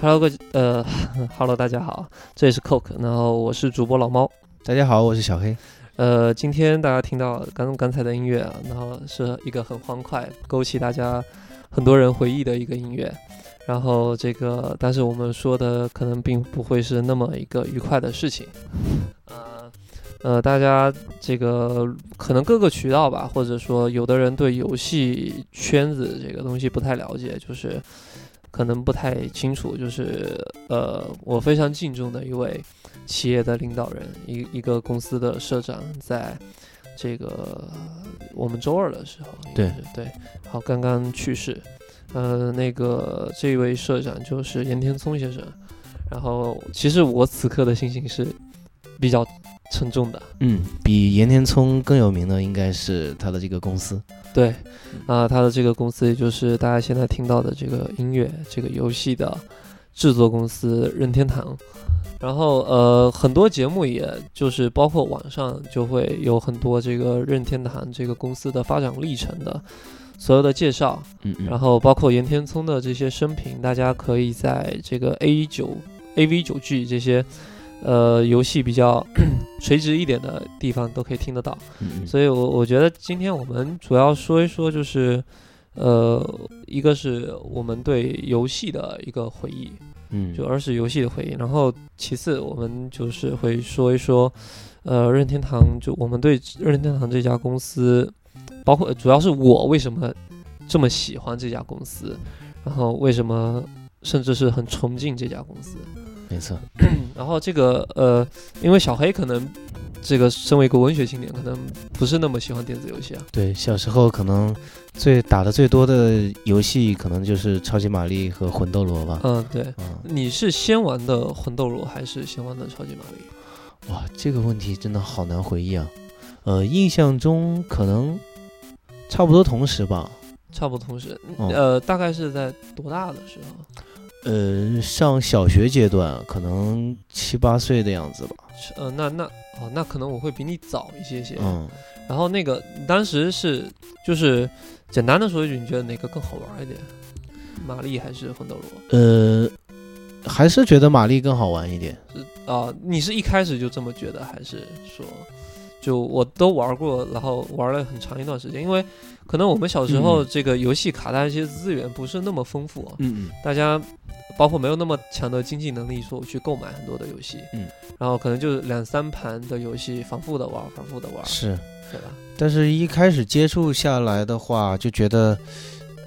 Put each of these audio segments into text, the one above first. Hello，各呃 ，Hello，大家好，这里是 Coke，然后我是主播老猫。大家好，我是小黑。呃，今天大家听到刚刚才的音乐啊，然后是一个很欢快，勾起大家很多人回忆的一个音乐。然后这个，但是我们说的可能并不会是那么一个愉快的事情。呃呃，大家这个可能各个渠道吧，或者说有的人对游戏圈子这个东西不太了解，就是可能不太清楚，就是呃，我非常敬重的一位企业的领导人，一一个公司的社长，在这个我们周二的时候，应该对是对，好，刚刚去世。呃，那个这位社长就是岩田聪先生，然后其实我此刻的心情是比较沉重的，嗯，比岩田聪更有名的应该是他的这个公司。对，啊、他的这个公司也就是大家现在听到的这个音乐、这个游戏的制作公司任天堂。然后呃，很多节目也就是包括网上就会有很多这个任天堂这个公司的发展历程的所有的介绍，嗯嗯然后包括岩田聪的这些生平，大家可以在这个 A 九、AV 九 G 这些呃游戏比较 垂直一点的地方都可以听得到。嗯所以我我觉得今天我们主要说一说，就是呃，一个是我们对游戏的一个回忆，嗯，就儿时游戏的回忆，然后其次我们就是会说一说，呃，任天堂，就我们对任天堂这家公司，包括主要是我为什么这么喜欢这家公司，然后为什么甚至是很崇敬这家公司，没错。然后这个呃，因为小黑可能这个身为一个文学青年，可能不是那么喜欢电子游戏啊。对，小时候可能最打的最多的游戏，可能就是超级玛丽和魂斗罗吧。嗯，对，啊、你是先玩的魂斗罗还是先玩的超级玛丽？哇，啊这个问题真的好难回忆啊。呃，印象中可能差不多同时吧。差不多同时，哦呃，大概是在多大的时候？呃，上小学阶段，可能七八岁的样子吧。呃，那那哦，那可能我会比你早一些些。嗯，然后那个你当时是就是简单的说一句，你觉得哪个更好玩一点？玛丽还是魂斗罗？呃，还是觉得玛丽更好玩一点。是啊、你是一开始就这么觉得，还是说就我都玩过，然后玩了很长一段时间？因为可能我们小时候嗯这个游戏卡带一些资源不是那么丰富啊，嗯嗯。大家包括没有那么强的经济能力，说我去购买很多的游戏，嗯，然后可能就是两三盘的游戏反复的玩，反复的玩，是，对吧？但是一开始接触下来的话，就觉得，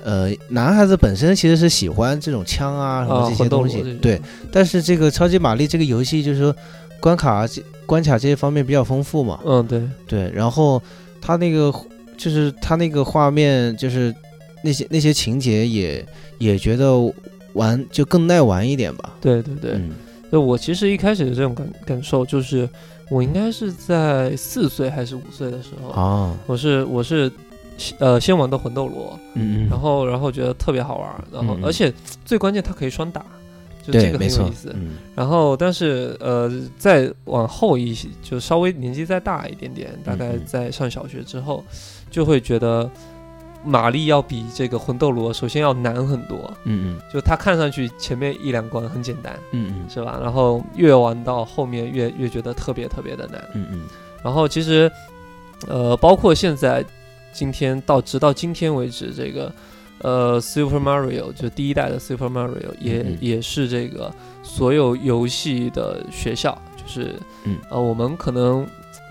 呃，男孩子本身其实是喜欢这种枪啊什啊么这些魂斗东罗西，这种对。但是这个超级玛丽这个游戏，就是说关卡这关卡这些方面比较丰富嘛，嗯，对，对。然后它那个就是它那个画面，就是那些那些情节也也觉得玩就更耐玩一点吧。对对对，嗯就我其实一开始的这种感感受，就是我应该是在四岁还是五岁的时候，啊，我是我是呃先玩的魂斗罗，嗯然后然后觉得特别好玩，然后嗯嗯而且最关键它可以双打，就这对，个没很有错意思，。嗯然后，但是呃，再往后一些，就稍微年纪再大一点点，大概嗯嗯在上小学之后，就会觉得玛丽要比这个魂斗罗首先要难很多。嗯嗯就它看上去前面一两关很简单，嗯嗯是吧？然后越玩到后面越越觉得特别特别的难。嗯嗯，然后其实，呃，包括现在今天到直到今天为止，这个呃 Super Mario 就第一代的 Super Mario 也、嗯嗯也是这个所有游戏的学校，就是嗯呃我们可能。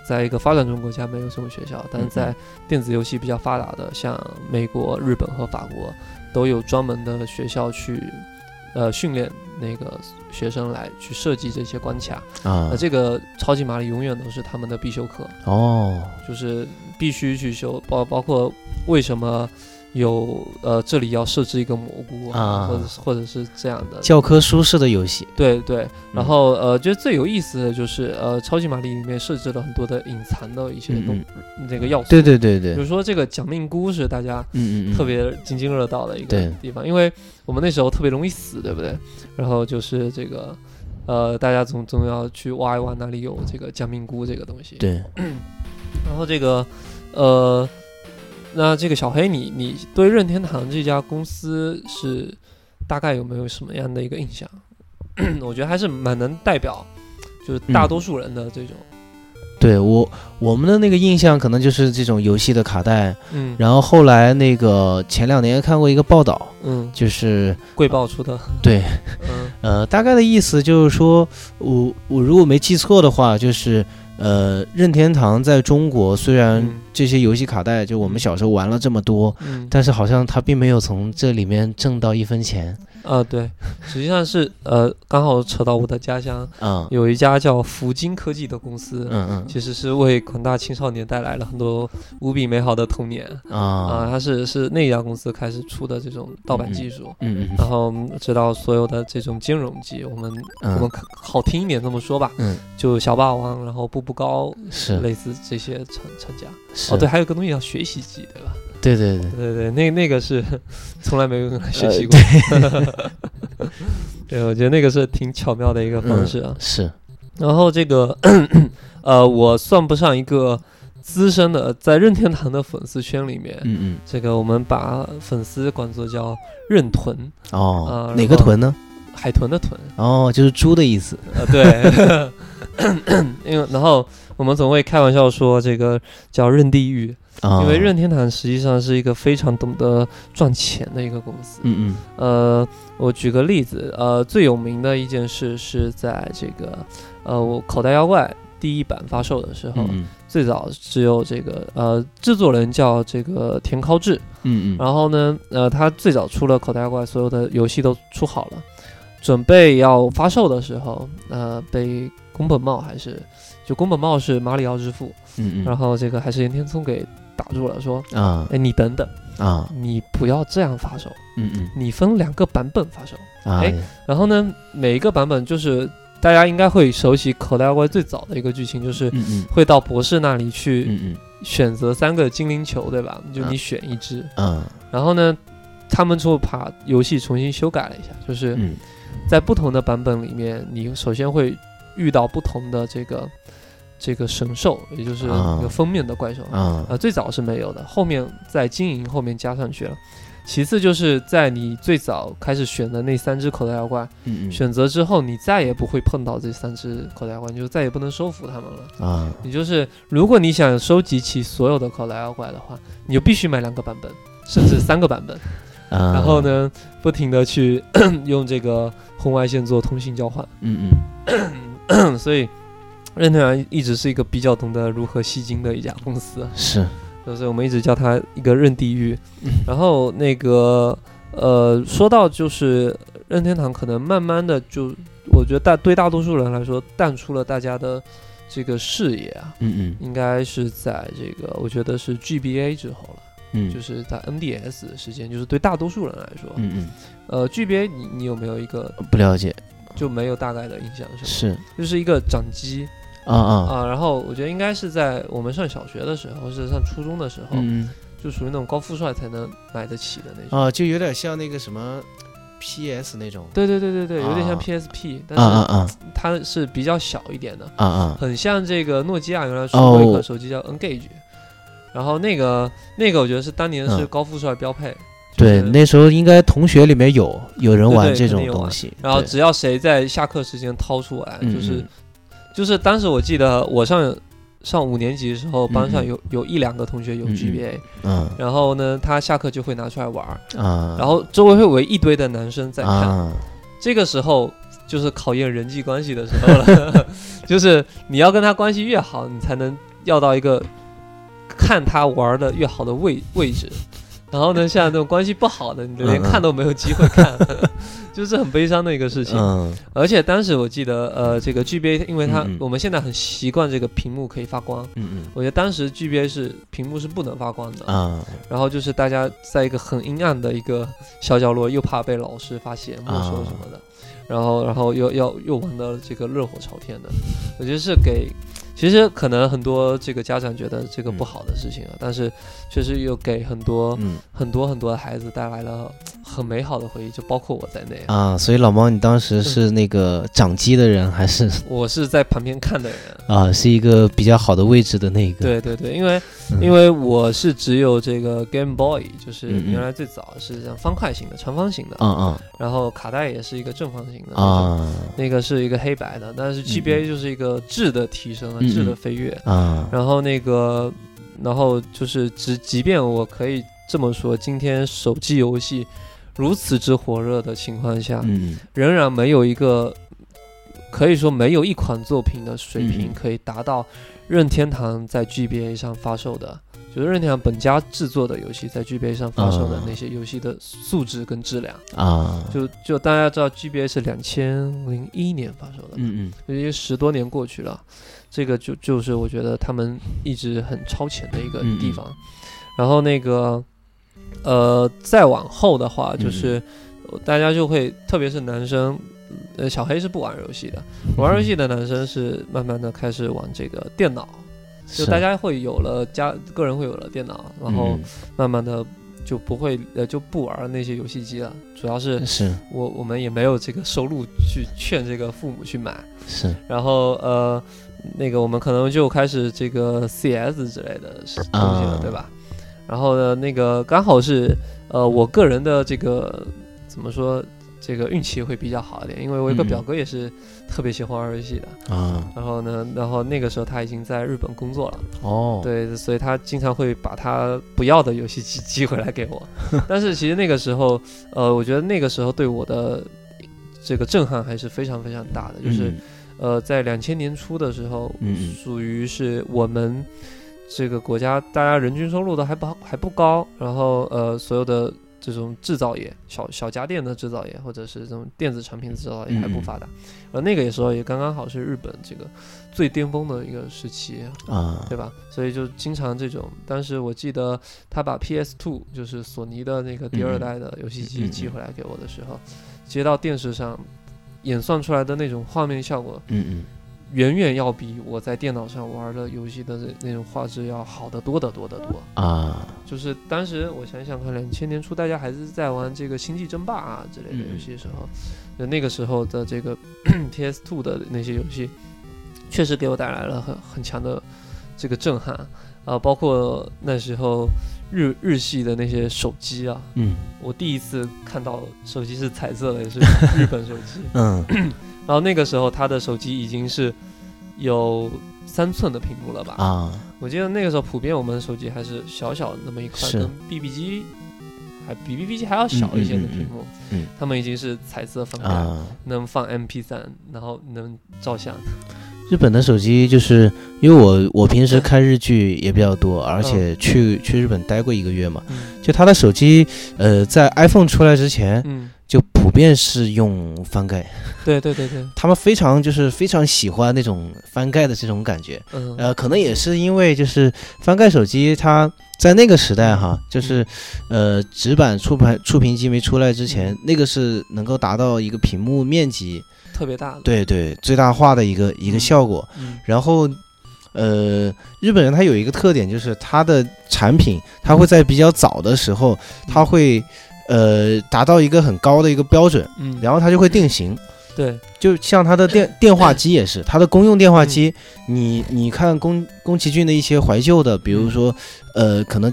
在一个发展中国家没有这种学校，但是嗯嗯在电子游戏比较发达的，像美国、日本和法国，都有专门的学校去，呃，训练那个学生来去设计这些关卡。啊那，这个超级玛丽永远都是他们的必修课，哦，就是必须去修，包包括为什么有呃这里要设置一个蘑菇啊或者是或者是这样的，教科书式的游戏。对嗯对。然后呃，觉得最有意思的就是呃，超级玛丽里面设置了很多的隐藏的一些嗯东那个要素，对对对对比，如说这个讲命菇是大家嗯嗯嗯，特别津津乐道的一个对地方，因为我们那时候特别容易死，对不对？然后就是这个。呃，大家总总要去挖一挖哪里有这个江民菇这个东西。对，然后这个，呃，那这个小黑你，你对任天堂这家公司是大概有没有什么样的一个印象？ 我觉得还是蛮能代表，就是大嗯多数人的这种，对我我们的那个印象可能就是这种游戏的卡带，嗯然后后来那个前两年看过一个报道，嗯，就是贵报出的，对， 嗯呃，大概的意思就是说，我我如果没记错的话，就是呃，任天堂在中国虽然嗯这些游戏卡带就我们小时候玩了这么多，嗯，但是好像它并没有从这里面挣到一分钱啊对，实际上是呃，刚好扯到我的家乡，啊，有一家叫福金科技的公司，嗯其实是为广大青少年带来了很多无比美好的童年嗯啊啊，，它是是那家公司开始出的这种盗版技术，嗯然后直到所有的这种兼容机，我们、我们嗯可好听一点这么说吧，嗯，就小霸王，然后步步高，嗯，是类似这些厂厂家。是，哦，对，还有个东西叫学习机，对吧？对对对，对对，那那个是 从来没有用来学习过。 对，我觉得那个是挺巧妙的一个方式啊。是，然后这个， 呃，我算不上一个资深的，在任天堂的粉丝圈里面，嗯这个我们把粉丝管作叫任豚，嗯，哦啊，哪然个后豚呢？海豚的豚。哦，就是猪的意思，呃，对， 因为然后我们总会开玩笑说这个叫任地狱，啊，因为任天堂实际上是一个非常懂得赚钱的一个公司。嗯嗯呃，我举个例子，呃，最有名的一件事是在这个呃我口袋妖怪。第一版发售的时候，嗯最早只有这个呃，制作人叫这个田尻智，嗯嗯，然后呢，呃，他最早出了口袋妖怪，所有的游戏都出好了，准备要发售的时候，呃，被宫本茂还是就宫本茂是马里奥之父，嗯然嗯后这个还是岩田聪给打住了，说，啊哎，你等等，啊，你不要这样发售，嗯嗯你分两个版本发售，啊，哎然后呢，每一个版本就是大家应该会熟悉口袋妖怪最早的一个剧情，就是嗯嗯会到博士那里去嗯选择三个精灵球，对吧？就嗯你选一只。嗯啊然后呢，他们就把游戏重新修改了一下，就是嗯在不同的版本里面，你首先会遇到不同的这个这个神兽，也就是啊那个封面的怪兽。啊呃，最早是没有的，后面在经营后面加上去了。其次就是在你最早开始选的那三只口袋妖怪嗯选择之后，你再也不会碰到这三只口袋妖怪，你就再也不能收服它们了。啊你就是如果你想收集齐所有的口袋妖怪的话，你就必须买两个版本，甚至三个版本。啊，然后？呢，不停的去 用这个红外线做通信交换，嗯嗯。所以任天堂一直是一个比较懂得如何吸金的一家公司，啊是，就是我们一直叫它一个任地狱。嗯然后那个呃，说到就是任天堂，可能慢慢的就我觉得大对大多数人来说淡出了大家的这个视野啊，嗯嗯应该是在这个我觉得是 GBA 之后了，嗯，，就是是在 NDS 时间，就是对大多数人来说，嗯呃，GBA 你你有没有一个嗯，不了解，就没有大概的印象是吗？是就是一个掌机啊啊，啊，然后我觉得应该是在我们上小学的时候，或者上初中的时候，嗯就属于那种高富帅才能买得起的那种。啊，就有点像那个什么 PS 那种，对对对对对，有点像啊 PSP，、啊啊但是啊它是比较小一点的，啊啊，很像这个诺基亚原来出过一哦款手机叫 Engage，、然后那个那个我觉得是当年是嗯高富帅标配。对，就是那时候应该同学里面有有人玩这种东西，然后只要谁在下课时间掏出来，嗯就是嗯就是当时我记得我上上五年级的时候，嗯班上有有一两个同学有嗯嗯 GBA，、嗯然后呢，他下课就会拿出来玩儿，啊，然后周围会围一堆的男生在看。啊，这个时候就是考验人际关系的时候了， 就是你要跟他关系越好，你才能要到一个看他玩的越好的位位置。然后呢，像那种关系不好的，你连嗯嗯看都没有机会 看，就是很悲伤的一个事情。嗯而且当时我记得，呃，这个 GBA，因为它、嗯嗯我们现在很习惯这个屏幕可以发光，嗯我觉得当时 GBA 是屏幕是不能发光的嗯，啊然后就是大家在一个很阴暗的一个小角落，又怕被老师发现没啊收什么的，然后然后又要又玩的这个热火朝天的，我觉得是给其实可能很多这个家长觉得这个不嗯好的事情啊，但是确实又给很多、嗯很多很多的孩子带来了很美好的回忆，就包括我在内啊。啊，所以老猫，你当时是那嗯个掌机的人，还是我是在旁边看的人，啊是一个比较好的位置的那个？对对对，因为、嗯因为我是只有这个 Game Boy，就是嗯嗯原来最早是这样方块型的、长方形的，啊啊然后卡带也是一个正方形的那种啊嗯那个是一个黑白的，但是 GBA 就是一个质的提升啊，嗯嗯质的飞跃。啊！然后那个，然后就是即即便我可以这么说，今天手机游戏如此之火热的情况下，嗯仍然没有一个可以说没有一款作品的水嗯平嗯可以达到任天堂在 GBA 上发售的，就是任天堂本家制作的游戏在 GBA 上发售的啊那些游戏的素质跟质量。啊，就就大家知道 GBA 是两千零一年发售的，嗯嗯已经十多年过去了，这个就就是我觉得他们一直很超前的一个嗯嗯地方。然后那个，呃，再往后的话，嗯就是呃大家就会，特别是男生，呃，小黑是不玩游戏的，玩游戏的男生是慢慢的开始玩这个电脑，就是大家会有了家，个人会有了电脑，然后嗯慢慢的就不会呃就不玩那些游戏机了，主要是嗯是我我们也没有这个收入去劝这个父母去买。是然后呃，那个我们可能就开始这个 CS 之类的事东西了，啊对吧？然后呢，那个刚好是呃，我个人的这个怎么说，这个运气会比较好一点，因为我有个嗯嗯表哥也是特别喜欢玩游戏的。啊然后呢，然后那个时候他已经在日本工作了，哦对，所以他经常会把他不要的游戏机寄回来给 我。但是其实那个时候，呃，我觉得那个时候对我的这个震撼还是非常非常大的，就是。嗯呃，在两千年初的时候，嗯嗯属于是我们这个国家大家人均收入都还不好还不高，然后呃，所有的这种制造业、小小家电的制造业，或者是这种电子产品的制造业还不嗯嗯发达，而那个时候也刚刚好是日本这个最巅峰的一个时期，啊对吧？所以就经常这种。当时我记得他把 PS Two，就是索尼的那个第二嗯嗯代的游戏嗯机嗯寄回来给我的时候，接到电视上演算出来的那种画面效果，嗯嗯远远要比我在电脑上玩的游戏的那那种画质要好得多得多得多。啊就是当时我想想看，两千年初大家还是在玩这个《星际争霸》啊之类的游戏的时候，就那个时候的这个 PS2 的那些游戏，确实给我带来了很很强的这个震撼啊、包括那时候日日系的那些手机啊，嗯我第一次看到手机是彩色的，也是日本手机。嗯然后那个时候他的手机已经是有三寸的屏幕了吧？啊我记得那个时候普遍我们手机还是小小的那么一块，是跟 BB 机还比 BB 机还要小一些的屏幕，嗯嗯嗯嗯他们已经是彩色翻盖，啊！能放 MP 3然后能照相，日本的手机就是因为我我平嗯时看日剧也比较多，而且去去日本待过一个月嘛，嗯就它的手机，呃，在 iPhone 出来之前嗯，就普遍是用翻盖，对对对对，他们非常就是非常喜欢那种翻盖的这种感觉，嗯，呃，可能也是因为就是翻盖手机它。在那个时代嗯哈，就是，呃，直板触盘触屏机没出来之前，嗯那个是能够达到一个屏幕面积，特别大的，对对，最大化的一个一个嗯效果。嗯，然后，呃，日本人他有一个特点，就是他的产品，他会在比较早的时候，他会呃达到一个很高的一个标准，嗯，然后他就会定型。对，就像他 的电电话机也是，他的公用电话机，嗯你你看宫宫崎骏的一些怀旧的，比如说，呃，可能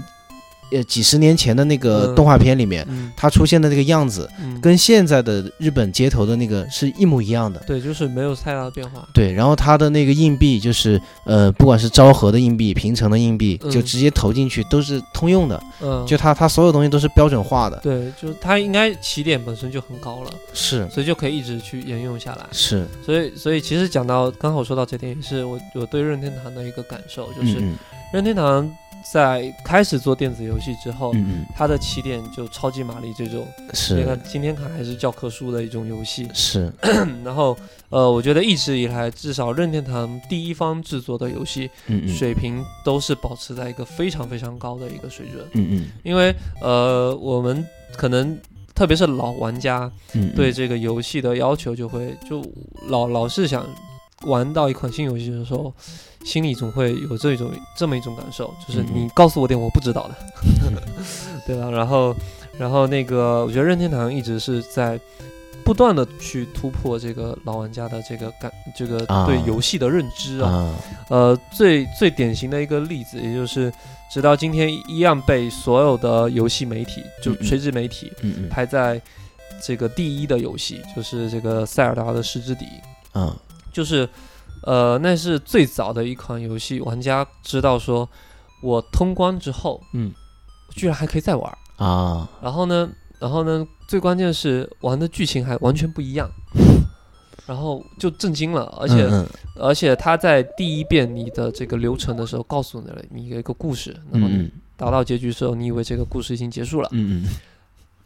呃几十年前的那个嗯动画片里面，嗯它出现的那个样子，嗯，跟现在的日本街头的那个是一模一样的。对，就是没有太大的变化，对，然后它的那个硬币就是呃，不管是昭和的硬币、平成的硬币，嗯就直接投进去都是通用的，嗯，就它它所有东西都是标准化的。对，就是它应该起点本身就很高了，是所以就可以一直去沿用下来。是，所以，所以其实讲到刚好说到这点，也是我我对任天堂的一个感受，就是哦嗯任天堂在开始做电子游戏之后，嗯嗯它的起点就超级玛丽这种，嗯，所以是它今天看还是教科书的一种游戏。 是，嗯然后，呃，我觉得一直以来，至少任天堂第一方制作的游戏嗯嗯水平都是保持在一个非常非常高的一个水准，嗯嗯因为呃，我们可能。特别是老玩家嗯，嗯对这个游戏的要求就会就老老是想玩到一款新游戏的时候，心里总会有这种这么一种感受，就是嗯你告诉我点我不知 道的， 对吧？然后，然后那个，我觉得任天堂一直是在不断的去突破这个老玩家的这个感，这个啊对游戏的认知啊。啊，呃，最最典型的一个例子，也就是直到今天一样被所有的游戏媒体，就嗯嗯垂直媒体嗯排在这个第一的游戏，就是这个《塞尔达的石之底》。嗯啊，就是，呃，那是最早的一款游戏，玩家知道说，我通关之后，嗯居然还可以再玩儿。啊，然后呢，然后呢，最关键是玩的剧情还完全不一样，然后就震惊了。而且，嗯而且他在第一遍你的这个流程的时候，告诉你了你一个故事，然后你嗯达到结局的时候，你以为这个故事已经结束了，嗯嗯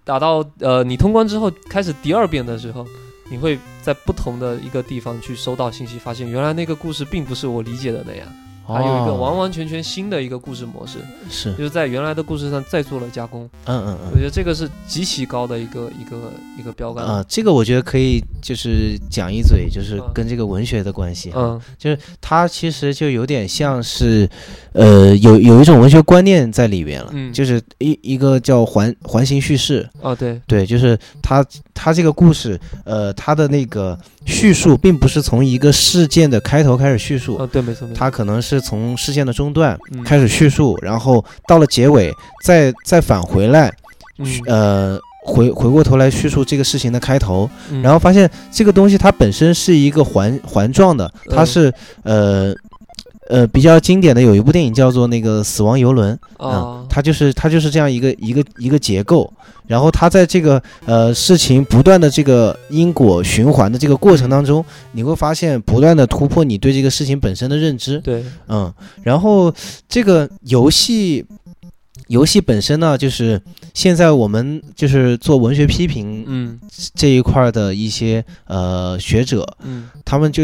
打到呃你通关之后，开始第二遍的时候，你会在不同的一个地方去收到信息，发现原来那个故事并不是我理解的那样，嗯，还有一个哦完完全全新的一个故事模式，是，就是在原来的故事上再做了加工。嗯嗯我嗯。觉得这个是极其高的一个一个一个标杆。啊，这个我觉得可以，就是讲一嘴，就是嗯跟这个文学的关系。嗯它其实就有点像是，呃，有有一种文学观念在里边了，嗯就是一一个叫环环形叙事，啊对对，就是它它这个故事，呃，它的那个叙述并不是从一个事件的开头开始叙述啊，对没错没错。它可能是从事件的中段嗯开始叙述，然后到了结尾再再返回来，嗯呃，回回过头来叙述这个事情的开头，嗯然后发现这个东西它本身是一个环环状的，它嗯是呃呃比较经典的有一部电影叫做那个《死亡游轮》，啊它就是它就是这样一个一个一个结构，然后它在这个呃事情不断的这个因果循环的这个过程当中，你会发现不断的突破你对这个事情本身的认知，对嗯，然后这个游戏。游戏本身呢，就是现在我们就是做文学批评嗯这一块儿的一些呃学者，嗯他们就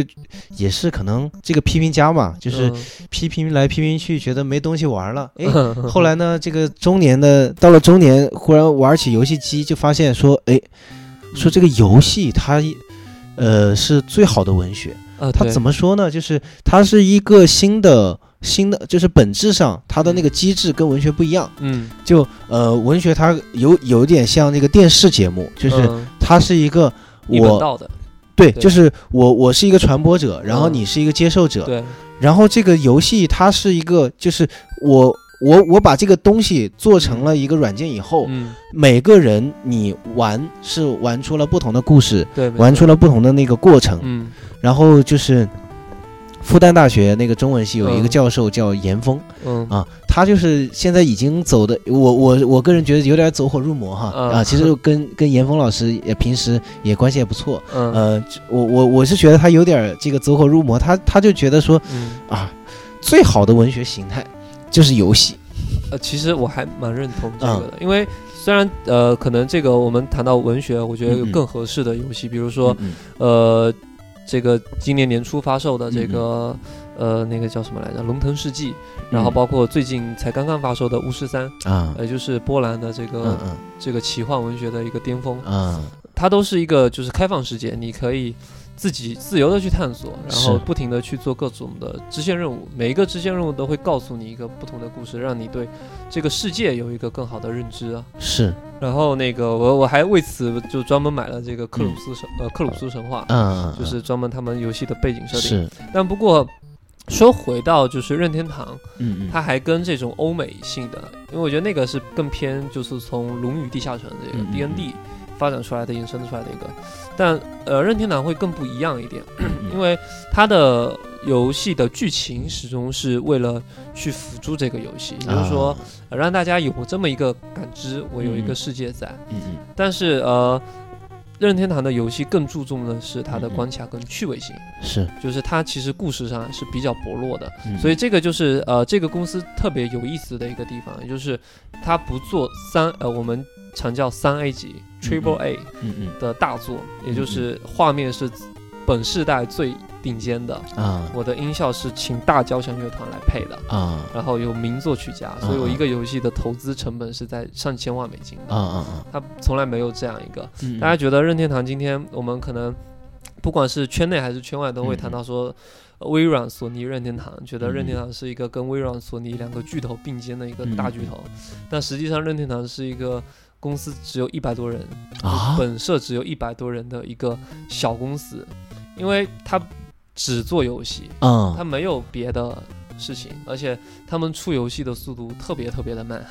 也是可能这个批评家嘛，就是嗯批评来批评去，觉得没东西 玩了。哎，嗯后来呢，这个中年的到了中年，忽然玩起游戏机，就发现说，哎，嗯说这个游戏它，呃，是最好的文学。啊它对怎么说呢？就是它是一个新的。新的就是本质上，它的那个机制跟文学不一样。嗯就呃，文学它有有点像那个电视节目，就是嗯它是一个一本我道的对，对就是我我是一个传播者，然后嗯你是一个接受者，对然后这个游戏它是一个，就是我我我把这个东西做成了一个软件以后，嗯每个人你玩是玩出了不同的故事，对没玩错出了不同的那个过程，嗯然后就是。复旦大学那个中文系有一个嗯教授叫严峰、嗯啊，他就是现在已经走的，我我我个人觉得有点走火入魔哈、嗯啊，其实跟跟严峰老师也平时也关系也不错，嗯呃，这我我我是觉得他有点儿这个走火入魔，他他就觉得说嗯。啊，最好的文学形态就是游戏，呃，其实我还蛮认同这个的，嗯因为虽然呃，可能这个我们谈到文学，我觉得有嗯嗯更合适的游戏，比如说嗯嗯呃，这个今年年初发售的这嗯嗯个呃那个叫什么来着，《龙腾世纪》，然后嗯包括最近才刚刚发售的《巫师三》，呃啊，也就是波兰的这个嗯嗯这个奇幻文学的一个巅峰，啊，它都是一个就是开放世界，你可以。自己自由的去探索，然后是不停的去做各种的支线任务，每一个支线任务都会告诉你一个不同的故事，让你对这个世界有一个更好的认知啊。是，然后那个我我还为此就专门买了这个克鲁斯神、呃克鲁斯神话，嗯，嗯就是专门他们游戏的背景设定。是，但不过说回到就是任天堂，嗯它还跟这种欧美性的，因为我觉得那个是更偏就是从《龙与地下城》这个嗯嗯 D N D 发展出来的、衍生出来的一个，但呃，任天堂会更不一样一点，嗯因为它的游戏的剧情始终是为了去辅助这个游戏，也就是说、，呃让大家有这么一个感知，我有一啊嗯个嗯世界在，嗯嗯但是呃。任天堂的游戏更注重的是它的嗯嗯关卡跟趣味性，是，就是它其实故事上是比较薄弱的，嗯所以这个就是呃，这个公司特别有意思的一个地方，也就是它不做三呃，我们常叫三 A 级 Triple A 嗯嗯的大作，也就是画面是本世代最顶尖的，啊我的音效是请大交响乐团来配的，啊然后有名作曲家，所以我一个游戏的投资成本是在上千万美金啊的，啊啊，它从来没有这样一个。嗯大家觉得任天堂今天我们可能不管是圈内还是圈外，都会嗯谈到说，呃微软、索尼、任天堂，觉得嗯任天堂是一个跟微软、索尼两个巨头并肩的一个嗯大巨头，但实际上任天堂是一个公司只有一百多人，啊，本社只有一百多人的一个小公司，因为它只做游戏，它嗯，没有别的事情，而且他们出游戏的速度特别特别的慢。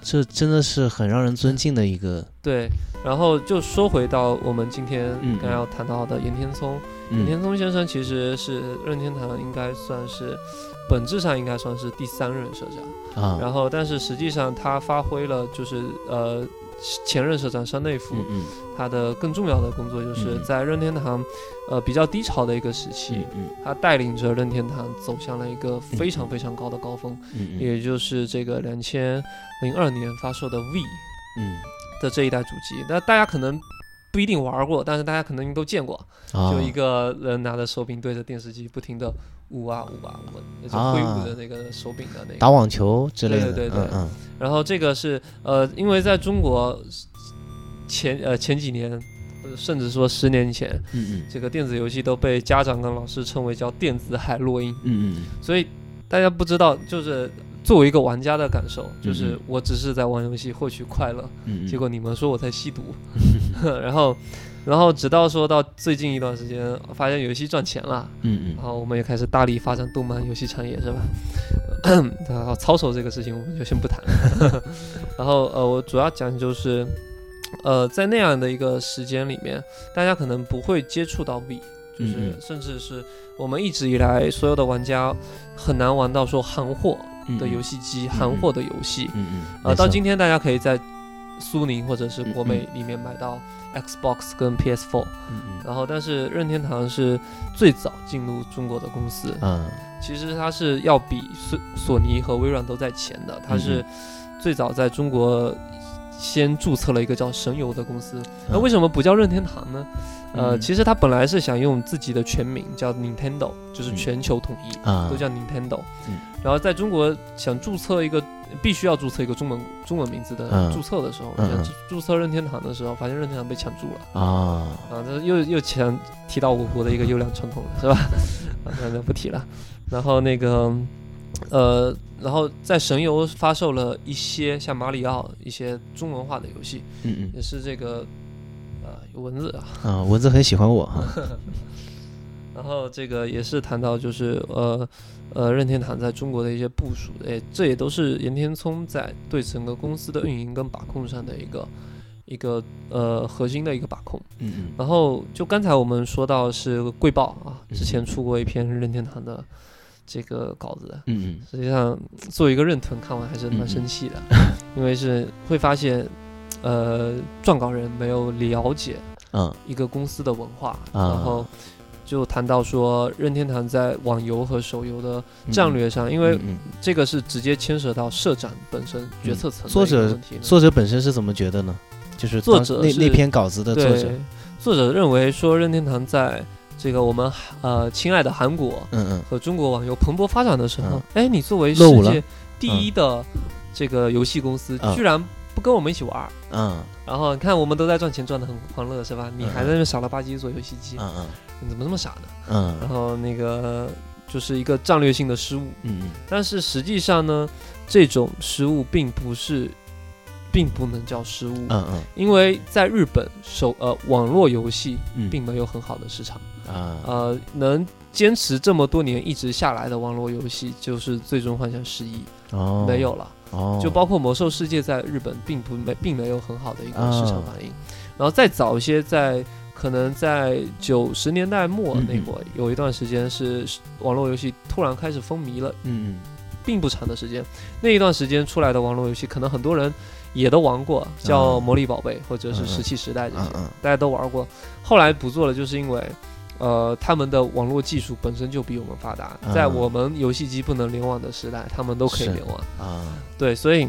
这真的是很让人尊敬的一个，对，然后就说回到我们今天嗯刚要谈到的岩田聪，岩嗯田聪先生其实是任天堂应该算是本质上应该算是第三任社长，啊，然后但是实际上他发挥了就是呃前任社长山内夫嗯嗯他的更重要的工作就是嗯在任天堂呃比较低潮的一个时期嗯，嗯他带领着任天堂走向了一个非常嗯非常高的高峰，嗯嗯也就是这个两千零二年发售的 V。嗯，的这一代主机，那大家可能不一定玩过，但是大家可能都见过，啊就一个人拿着手柄对着电视机不停的舞啊舞啊舞啊，就挥舞的那个手柄的那个。打网球之类的，对对对嗯嗯然后这个是呃，因为在中国前呃前几年，呃甚至说十年前，嗯这个电子游戏都被家长跟老师称为叫电子海洛因，嗯嗯所以大家不知道就是。作为一个玩家的感受，就是我只是在玩游戏获取快乐，嗯嗯，结果你们说我在吸毒， 然后，然后直到说到最近一段时间，发现游戏赚钱了，嗯然嗯后我们也开始大力发展动漫游戏产业，是吧？ 然后操守这个事情我们就先不谈 了。然后呃，我主要讲就是，呃，在那样的一个时间里面，大家可能不会接触到 V。就是嗯，嗯甚至是我们一直以来所有的玩家很难玩到说韩货嗯的游，戏机、韩货的游戏，嗯嗯嗯，呃，到今天天大家可以在苏宁或者是国美里面买到 Xbox 跟 PS4，嗯然后但是任天堂是最早进入中国的公司，嗯其实它是要比索索尼和微软都在前的，它嗯是最早在中国先注册了一个叫神游的公司。啊那为什么不叫任天堂呢？呃，嗯其实它本来是想用自己的全名叫 Nintendo，就是嗯全球统一。啊都叫 Nintendo，、嗯然后在中国想注册一个，必须要注册一个中文中文名字的嗯注册的时候，嗯想嗯注注册任天堂的时候，发现任天堂被抢注了啊，啊，这又又强提到我国的一个优良传统了， 是吧？啊，那就不提了。然后那个，呃，然后在神游发售了一些像马里奥一些中文化的游戏，嗯嗯也是这个，呃，有文字啊，啊，蚊子很喜欢我哈， 然后这个也是谈到就是呃呃任天堂在中国的一些部署，诶，这也都是岩田聪在对整个公司的运营跟把控上的一个一个呃核心的一个把控。嗯然后就刚才我们说到是贵报啊，嗯之前出过一篇任天堂的这个稿子，嗯嗯实际上作为一个任豚看完还是蛮生气的，因为是会发现呃撰稿人没有了解嗯一个公司的文化，啊然后就谈到说任天堂在网游和手游的战，略上，因为嗯这个是直接牵涉到社长本身决策层的嗯作一个者问题的。作者本身是怎么觉得呢？就是作当者那是那篇稿子的作者对，，作者认为说任天堂在这个我们呃亲爱的韩国嗯嗯和中国网游蓬勃发展的时候嗯，哎、你作为世落伍界了第一的这个游戏公司，嗯居然不跟我们一起玩儿。嗯然后你看，我们都在赚钱，赚得很欢乐，是吧？你还在那边傻了吧唧做游戏机，嗯你怎么这么傻呢？嗯然嗯后那个就是一个战略性的失误。嗯但是实际上呢，这种失误并不是，并不能叫失误，嗯因为在日本手呃网络游戏嗯并没有很好的市场，啊呃，能坚持这么多年一直下来的网络游戏就是《最终幻想十一》哦没有了，哦就包括《魔兽世界》在日本并不没并没有很好的一个啊市场反应，然后再早一些在。可能在九十年代末嗯那嗯会儿，有一段时间是网络游戏突然开始风靡了，嗯并不长的时间。那一段时间出来的网络游戏，可能很多人也都玩过，叫《啊魔力宝贝》或者是《嗯嗯石器时代》这嗯些，嗯大家都玩过。后来不做了，就是因为，呃，他们的网络技术本身就比我们发达，嗯在我们游戏机不能联网的时代，他们都可以是联网。啊对，所以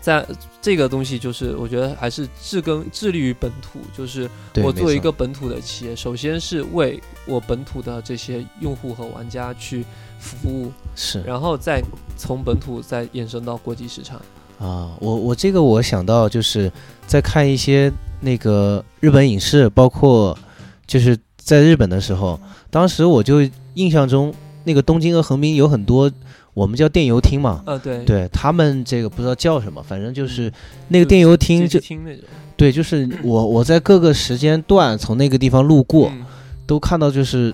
在这个东西，就是我觉得还是致耕致力于本土，就是对我作为一没个错本土的企业，首先是为我本土的这些用户和玩家去服务，是然后再从本土再延伸到国际市场。啊，我我这个我想到就是在看一些那个日本影视，包括就是在日本的时候，当时我就印象中那个东京和横滨有很多我们叫电游厅嘛，啊，对，对他们这个不知道叫什么，反正就是嗯那个就电游街厅机就厅那种对，就是我我在各个时间段从那个地方路过，嗯都看到就是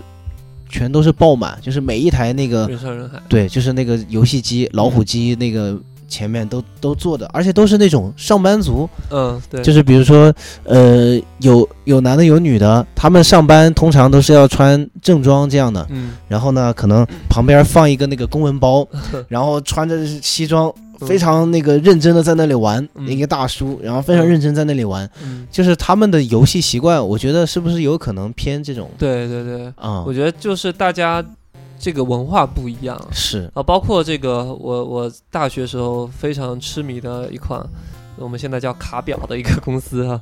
全都是爆满，就是每一台那个人山人海，对，就是那个游戏机老嗯虎机那个前面都都坐的，而且都是那种上班族，嗯，对，就是比如说，呃，有有男的有女的，他们上班通常都是要穿正装这样的，嗯，然后呢，可能旁边放一个那个公文包，嗯然后穿着西装，非常那个认真的在那里玩，嗯一个大叔，然后非常嗯认真在那里玩，嗯，就是他们的游戏习惯，我觉得是不是有可能偏这种对对对，啊我？觉得就是大家这个文化不一样是，啊，包括这个我我大学时候非常痴迷的一款，我们现在叫卡表的一个公司啊，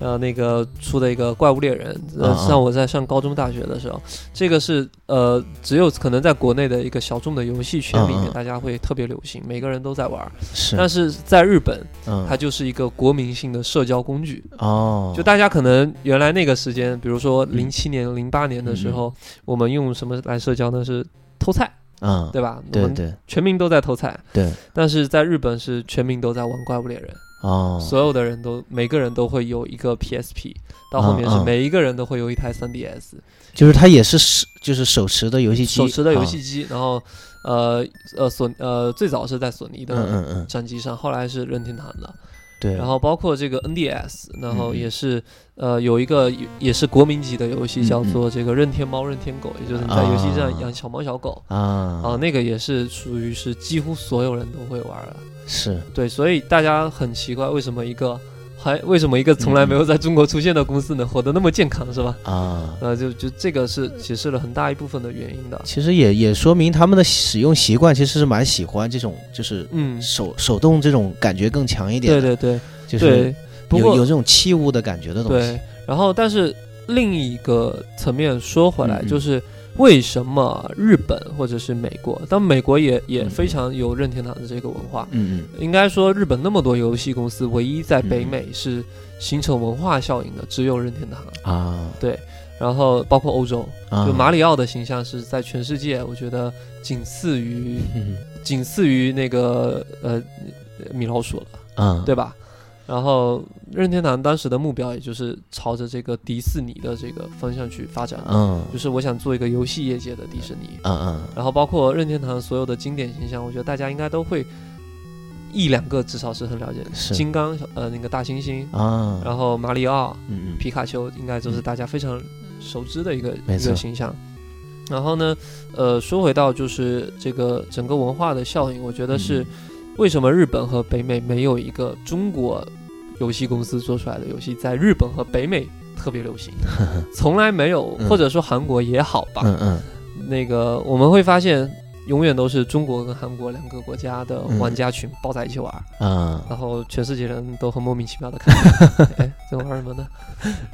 呃，那个出的一个怪物猎人，呃，啊啊像我在上高中大学的时候，这个是呃只有可能在国内的一个小众的游戏圈里嗯面嗯大家会特别流行，每个人都在玩儿，是，但是在日本嗯它就是一个国民性的社交工具。哦，嗯就大家可能原来那个时间，比如说零七年、零八年的时候，我们用什么来社交呢？是偷菜，嗯，对吧？对我们对全民都在偷菜。对。但是在日本是全民都在玩怪物猎人，哦，所有的人都每个人都会有一个 PSP，到后面嗯是嗯每一个人都会有一台 3DS，、就是它也是手就是手持的游戏机，手持的游啊戏机，然后呃呃索呃最早是在索尼嗯的嗯嗯，战机上，后来是任天堂的。对，然后包括这个 NDS，然后嗯嗯也是呃有一个也是国民级的游嗯戏嗯叫做这个任天猫任天狗，也就是你在游戏啊上养小猫小狗啊啊，那个也是属于是几乎所有人都会玩的。是对，所以大家很奇怪为什么一个还为什么一个从来没嗯有在中国出现的公司能活得那么健康，是吧？啊，呃，就就这个是解释了很大一部分的原因的。其实也也说明他们的使用习惯其实是蛮喜欢这种就是嗯，手手动这种感觉更强一点对的，对对就是对，不有过有这种器物的感觉的东西对，然后但是另一个层面说回来，嗯嗯就是为什么日本或者是美国，但美国也也嗯嗯非常有任天堂的这个文化。嗯应该说，日本那么多游戏公司，唯一在北嗯嗯美是形成文化效应的，只有任天堂。嗯啊然后包括欧洲，啊，就马里奥的形象是在全世界，我觉得仅次于嗯仅次于那个呃米老鼠了。啊对吧？然后任天堂当时的目标也就是朝着这个迪士尼的这个方向去发展，嗯就是我想做一个游戏业界的迪士尼。啊啊然后包括任天堂所有的经典形象，我觉得大家应该都会一两个至少是很了解的，是金刚呃那个大猩猩，啊，然后马里奥、嗯嗯皮卡丘，应该就是大家非常熟知的一个没一错个形象。然后呢，呃，说回到就是这个整个文化的效应，我觉得是嗯为什么日本和北美没有一个中国游戏公司做出来的游戏在日本和北美特别流行， 从来没有，嗯或者说韩国也好吧，嗯嗯那个我们会发现。永远都是中国跟韩国两个国家的嗯玩家群抱在一起玩，啊然后全世界人都很莫名其妙的看， 哎，在玩什么呢？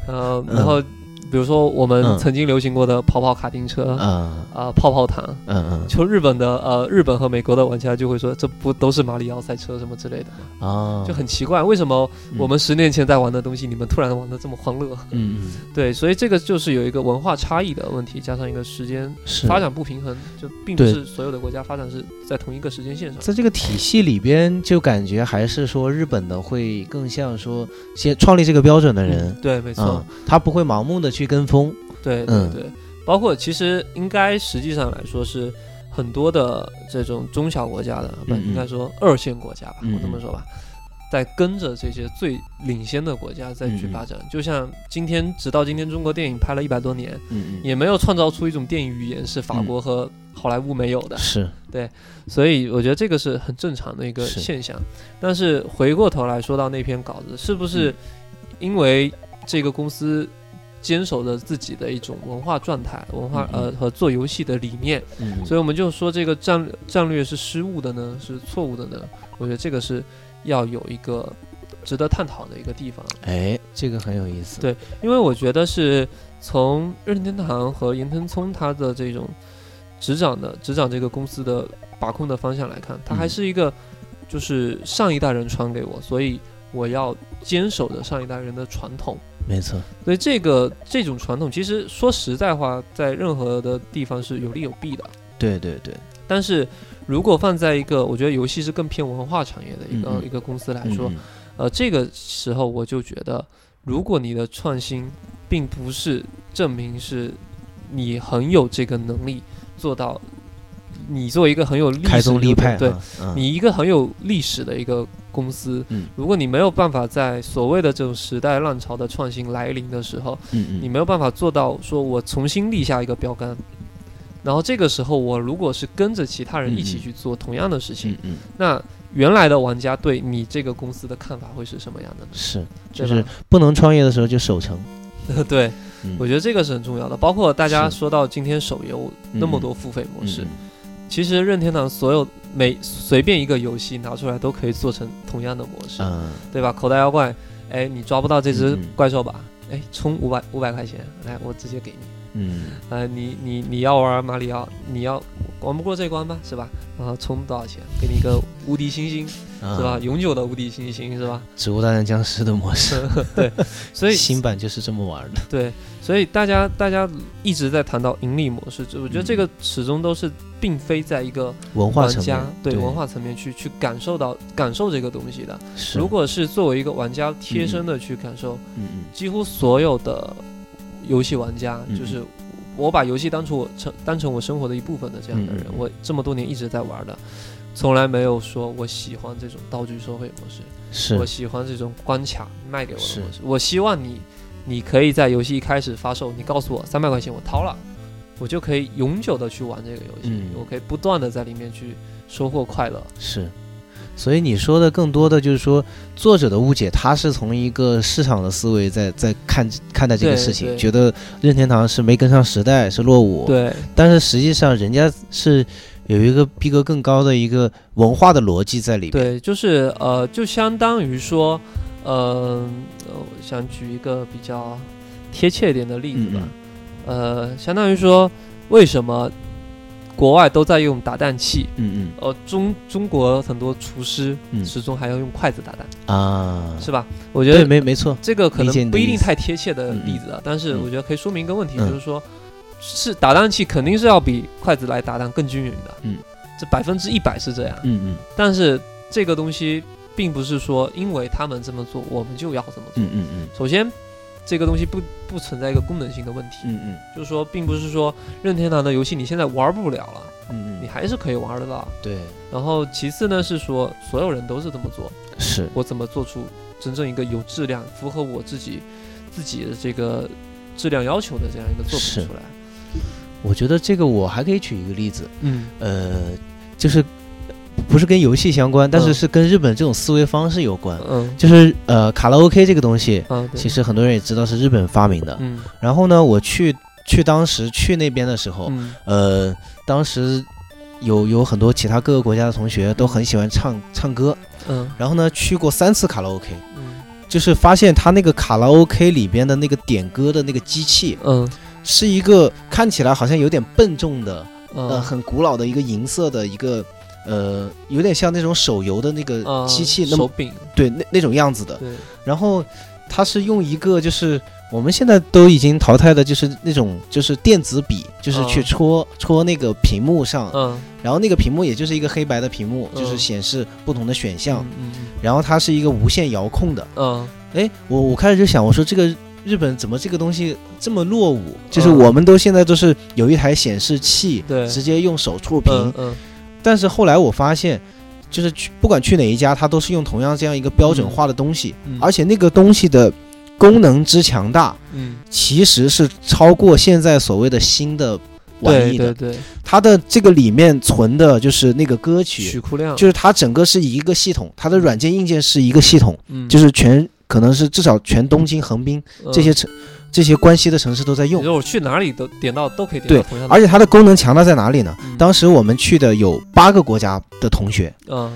呃，然后比如说我嗯们曾经流行过的跑跑卡丁车啊、啊泡泡糖，嗯嗯就日本的呃，日本和美国的玩家就会说，这不都是马里奥赛车什么之类的吗？啊，就很奇怪，为什么我们十年前在玩的东西，你们突然玩的这么欢乐？ 嗯嗯对，所以这个就是有一个文化差异的问题，加上一个时间是发展不平衡，就并不对是所有的国家发展是在同一个时间线上。在这个体系里边，就感觉还是说日本的会更像说先创立这个标准的人，嗯对，没错。嗯，他不会盲目的去跟风，对对嗯对，包括其实应该实际上来说是很多的这种中小国家的，不嗯嗯应该说二线国家吧，嗯嗯我这么说吧，在跟着这些最领先的国家再去嗯嗯发展。就像今天，直到今天，中国电影拍了一百多年，嗯也没有创造出一种电影语言是法国和好莱坞没有的，是所以我觉得这个是很正常的一个是现象。但是回过头来说到那篇稿子，是不嗯是因为这个公司坚守着自己的一种文化状态、文化嗯嗯呃和做游戏的理念，嗯，所以我们就说这个战略战略是失误的呢，是错误的呢？我觉得这个是要有一个值得探讨的一个地方，哎，这个很有意思，对因为我觉得是从任天堂和岩藤聪他的这种执掌的执掌这个公司的把控的方向来看，他还嗯是一个就是上一代人传给我，所以我要坚守着上一代人的传统。没错，所以这个这种传统，其实说实在话，在任何的地方是有利有弊的。对对对，但是如果放在一个我觉得游戏是更偏文化产业的一个、嗯嗯一个公司来说，嗯嗯呃，这个时候我就觉得，如果你的创新并不是证明是你很有这个能力做到，你作为一个很有历史开宗立派啊，对，嗯你一个很有历史的一个公司，嗯如果你没有办法在所谓的这种时代浪潮的创新来临的时候，嗯嗯你没有办法做到说我重新立下一个标杆，然后这个时候我如果是跟着其他人一起嗯嗯去做同样的事情，嗯嗯那原来的玩家对你这个公司的看法会是什么样的呢？是，对就是吧不能创业的时候就守成， 对，嗯我觉得这个是很重要的。包括大家是说到今天手游那么多付费模嗯式，嗯其实任天堂所有每随便一个游戏拿出来都可以做成同样的模式，嗯对吧？口袋妖怪，哎，你抓不到这只嗯嗯怪兽吧？哎，充五百五百块钱，来，我直接给你。嗯呃，你你你要玩马里奥，你要玩不过这关吧，是吧？然后充多少钱，给你一个无敌星星，嗯是吧？？永久的无敌星星，是吧？植物大战僵尸的模式，所以新版就是这么玩的，对，所以大家大家一直在谈到盈利模式，就我觉得这个始终都是并非在一个文嗯化玩层家面对文化层面去去感受到感受这个东西的。是，如果是作为一个玩家贴身的去感受，嗯嗯几乎所有的游戏玩家，嗯就是我把游戏当成我成当成我生活的一部分的这样的人嗯嗯，嗯我这么多年一直在玩的，从来没有说我喜欢这种道具收费模式，我是喜欢这种关卡卖给我是的模式，我希望你你可以在游戏一开始发售，你告诉我三百块钱我掏了，我就可以永久的去玩这个游戏，嗯我可以不断的在里面去收获快乐。是。所以你说的更多的就是说，作者的误解，他是从一个市场的思维在在看看待这个对事情，对觉得任天堂是没跟上时代，是落伍。对但是实际上人家是有一个逼格更高的一个文化的逻辑在里边。对，就是呃，就相当于说，呃，呃我想举一个比较贴切一点的例子嗯吧，嗯呃，相当于说，为什么国外都在用打蛋器，嗯呃，中中国很多厨师嗯始终还要用筷子打蛋，嗯啊，是吧？我觉对，得没没错，这个可理解你能不的一定意思太贴切的嗯嗯例子啊，但是嗯我觉得可以说明一个问题，嗯就是说，是打蛋器肯定是要比筷子来打蛋更均匀的，嗯，这百分之一百是这样。嗯嗯但是这个东西并不是说因为他们这么做，我们就要这么做。嗯嗯嗯首先，这个东西不不存在一个功能性的问题，嗯嗯就是说，并不是说任天堂的游戏你现在玩不了了，嗯你嗯，还是可以玩得到。对，然后其次呢是说，所有人都是这么做，是我怎么做出真正一个有质量、符合我自己自己的这个质量要求的这样一个作是品出来？我觉得这个我还可以举一个例子，嗯呃，就是不是跟游戏相关，但是嗯是跟日本这种思维方式有关。嗯就是呃，卡拉 OK 这个东西，啊，对其实很多人也知道是日本发明的。嗯然后呢，我去去当时去那边的时候，嗯呃，当时有有很多其他各个国家的同学都很喜欢唱唱歌，嗯然后呢，去过三次卡拉 OK，嗯就是发现他那个卡拉 OK 里边的那个点歌的那个机器，嗯是一个看起来好像有点笨重的，呃，嗯，很古老的一个银色的一个。呃，有点像那种手游的那个嗯机器，那手么柄对那那种样子的，对然后它是用一个就是我们现在都已经淘汰的，就是那种就是电子笔，就是去嗯戳、戳那个屏幕上，嗯。然后那个屏幕也就是一个黑白的屏幕，嗯就是显示不同的选项，嗯嗯然后它是一个无线遥控的。嗯哎，我我开始就想，我说这个日本怎么这个东西这么落伍？就是嗯我们都现在都是有一台显示器，对直接用手触屏，嗯嗯但是后来我发现。就是去不管去哪一家，它都是用同样这样一个标准化的东西，嗯，而且那个东西的功能之强大，嗯，其实是超过现在所谓的新的玩对意对的。对，它的这个里面存的就是那个歌曲，曲库嗯量就是它整个是一个系统，它的软件硬件是一个系统，嗯就是全可能是至少全东京、横滨这些城、这些关西的城市都在用你。说我嗯去哪里都点到都可以点到对同样的，而且它的功能强大在哪里呢？嗯当时我们去的有八个国家的同学，嗯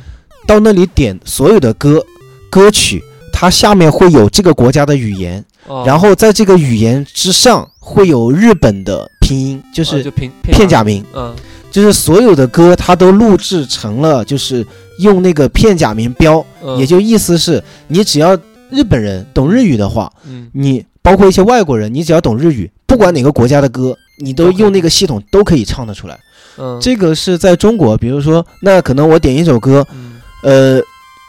到那里点所有的歌歌曲，它下面会有这个国家的语言，哦然后在这个语言之上会有日本的拼音，就哦就是平片假名，嗯就是所有的歌它都录制成了，就是用那个片假名标，嗯也就意思是你只要日本人懂日语的话，嗯你包括一些外国人，你只要懂日语，不管哪个国家的歌，你都用那个系统都可以唱得出来。嗯，这个是在中国，比如说，那可能我点一首歌，嗯呃，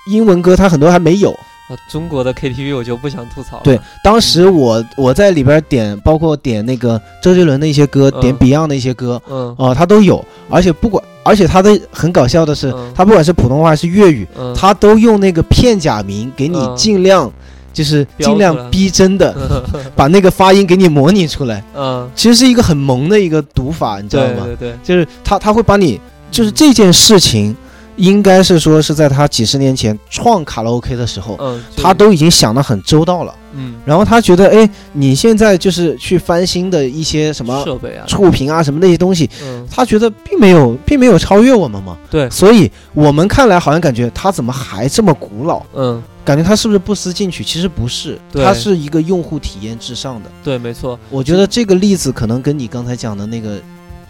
英文歌它很多还没有。啊，中国的 KTV 我就不想吐槽了。对，当嗯时我我在里边点，包括点那个周杰伦的一些歌，嗯点 Beyond 的一些歌，嗯，哦、它都有。而且不管，而且它的很搞笑的是嗯，它不管是普通话还是粤语，嗯，他都用那个片假名给你嗯尽量，就是标出尽来量逼真的把那个发音给你模拟出来，嗯，其实是一个很萌的一个读法， 你知道对吗？对对，就是他他会把你，就是嗯，这件事情，应该是说是在他几十年前创卡拉 OK 的时候，嗯，他就都已经想得很周到了。嗯然后他觉得，哎，你现在就是去翻新的一些什么设备啊，触屏啊什么那些东西，嗯，他觉得并没有并没有超越我们嘛。对所以我们看来好像感觉他怎么还这么古老。嗯，感觉它是不是不思进取？其实不是，对它是一个用户体验至上的。对，没错，我觉得这个例子可能跟你刚才讲的那个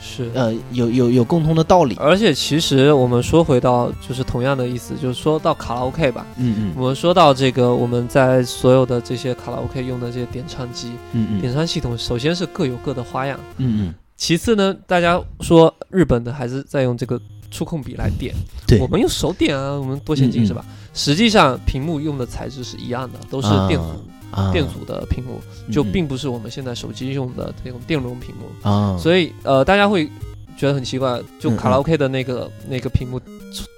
是。呃有有有共同的道理。而且其实我们说回到就是同样的意思，就是说到卡拉 OK 吧，嗯嗯我们说到这个我们在所有的这些卡拉 OK 用的这些点唱机、嗯点唱系统，首先是各有各的花样，嗯嗯，其次呢，大家说日本的还是在用这个触控笔来点，对我们用手点啊，我们多先进嗯嗯是吧？实际上屏幕用的材质是一样的，都是电阻、啊嗯电阻的屏幕，就并不是我们现在手机用的这种电容屏幕，啊，所以呃，大家会觉得很奇怪，就嗯嗯嗯卡拉 OK 的那个、那个屏幕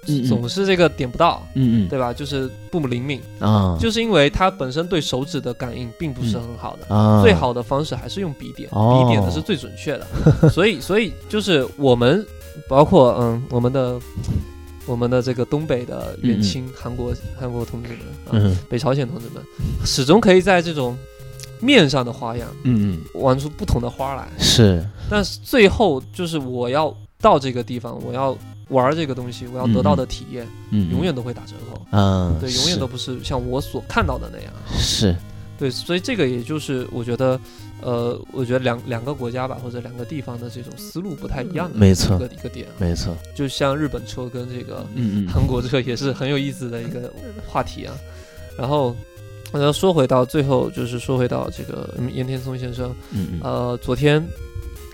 以总是这个点不到。嗯嗯对吧？就是不灵敏，啊就是因为它本身对手指的感应并不是很好的。啊最好的方式还是用笔点，哦笔点的是最准确的。 所以，所以就是我们，包括嗯，我们的我们的这个东北的远亲、韩国韩国同志们，啊嗯北朝鲜同志们，始终可以在这种面上的花样嗯嗯玩出不同的花来。是但是最后就是我要到这个地方，我要玩这个东西，我要得到的体验，嗯永远都会打折扣。嗯对，永远都不是像我所看到的那样。是对，所以这个也就是我觉得，呃，我觉得两两个国家吧，或者两个地方的这种思路不太一样的嗯没一错个一个点啊。没错就像日本车跟这个嗯韩国车也是很有意思的一个话题啊。然后，然后说回到最后，就是说回到这个嗯岩田聪先生，嗯呃，昨天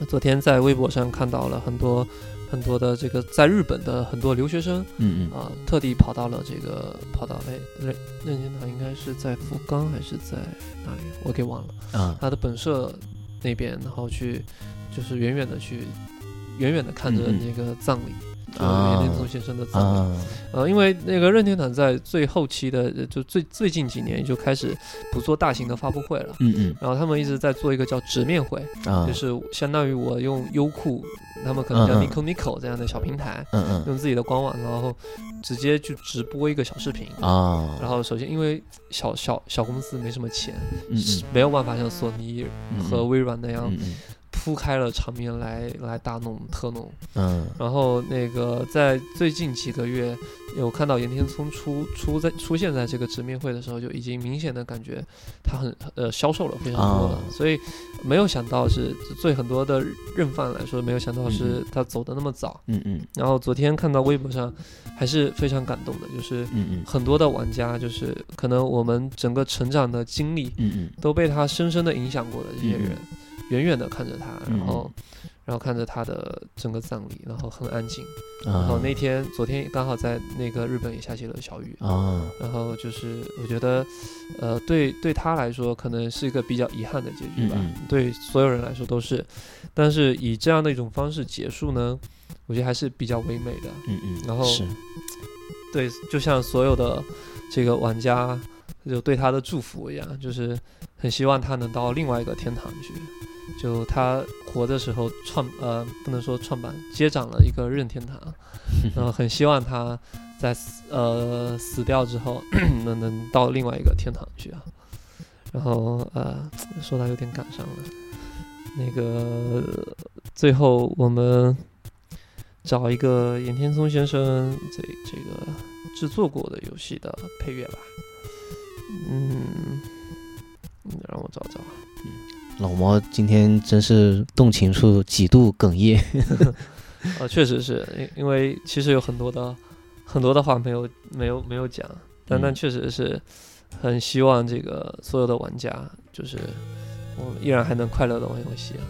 昨天在微博上看到了很多很多的这个在日本的很多留学生嗯啊、特地跑到了这个跑到哎任任天堂应该是在福冈还是在哪里，我给忘了。嗯啊他的本社那边，然后去就是远远的去，远远的看着嗯那个葬礼，就是啊岩田聪先生的葬礼。啊呃，因为那个任天堂在最后期的，呃就最最近几年就开始不做大型的发布会了。嗯然后他们一直在做一个叫直面会，嗯啊就是相当于我用优酷，他们可能叫嗯嗯 Nico Nico 这样的小平台，嗯用自己的官网，然后直接去直播一个小视频。嗯啊然后首先因为小小小公司没什么钱，嗯是没有办法像索尼和微软那样嗯嗯铺开了场面来来大弄特弄。嗯然后那个在最近几个月，有看到岩田聪出出在出现在这个直面会的时候，就已经明显的感觉他很呃销售了非常多了，啊所以没有想到是对很多的认犯来说，没有想到是他走的那么早。嗯嗯然后昨天看到微博上还是非常感动的，就是嗯很多的玩家，就是可能我们整个成长的经历，嗯嗯都被他深深的影响过的这些人，远远的看着他，嗯然后，然后看着他的整个葬礼，然后很安静。啊然后那天，昨天刚好在那个日本也下起了小雨，啊然后就是我觉得，呃，对对他来说可能是一个比较遗憾的结局吧，嗯对所有人来说都是，但是以这样的一种方式结束呢，我觉得还是比较唯美的。嗯嗯，然后是对，就像所有的这个玩家就对他的祝福一样，就是很希望他能到另外一个天堂去。就他活的时候创呃不能说创办，接掌了一个任天堂，然后很希望他在死呃死掉之后 能能到另外一个天堂去啊。然后呃说到有点感伤了，那个最后我们找一个岩田聪先生这这个制作过的游戏的配乐吧。嗯，嗯让我找找。老毛今天真是动情处几度哽咽。呃，确实是因因为其实有很多的很多的话没有没有没有讲，但但嗯确实是很希望这个所有的玩家就是我们依然还能快乐的玩游戏啊。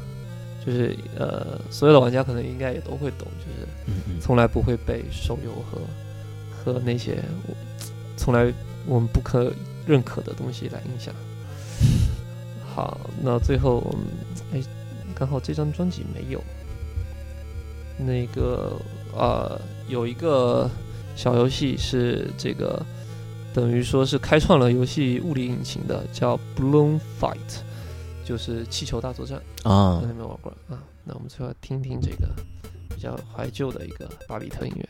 就是呃，所有的玩家可能应该也都会懂，就是嗯嗯从来不会被手游和和那些我从来我们不可认可的东西来影响。好，那最后我们哎，刚好这张专辑没有，那个呃，有一个小游戏是这个等于说是开创了游戏物理引擎的，叫 Balloon Fight，就是气球大作战。啊从来没玩过啊。那我们最后听听这个比较怀旧的一个巴比特音乐。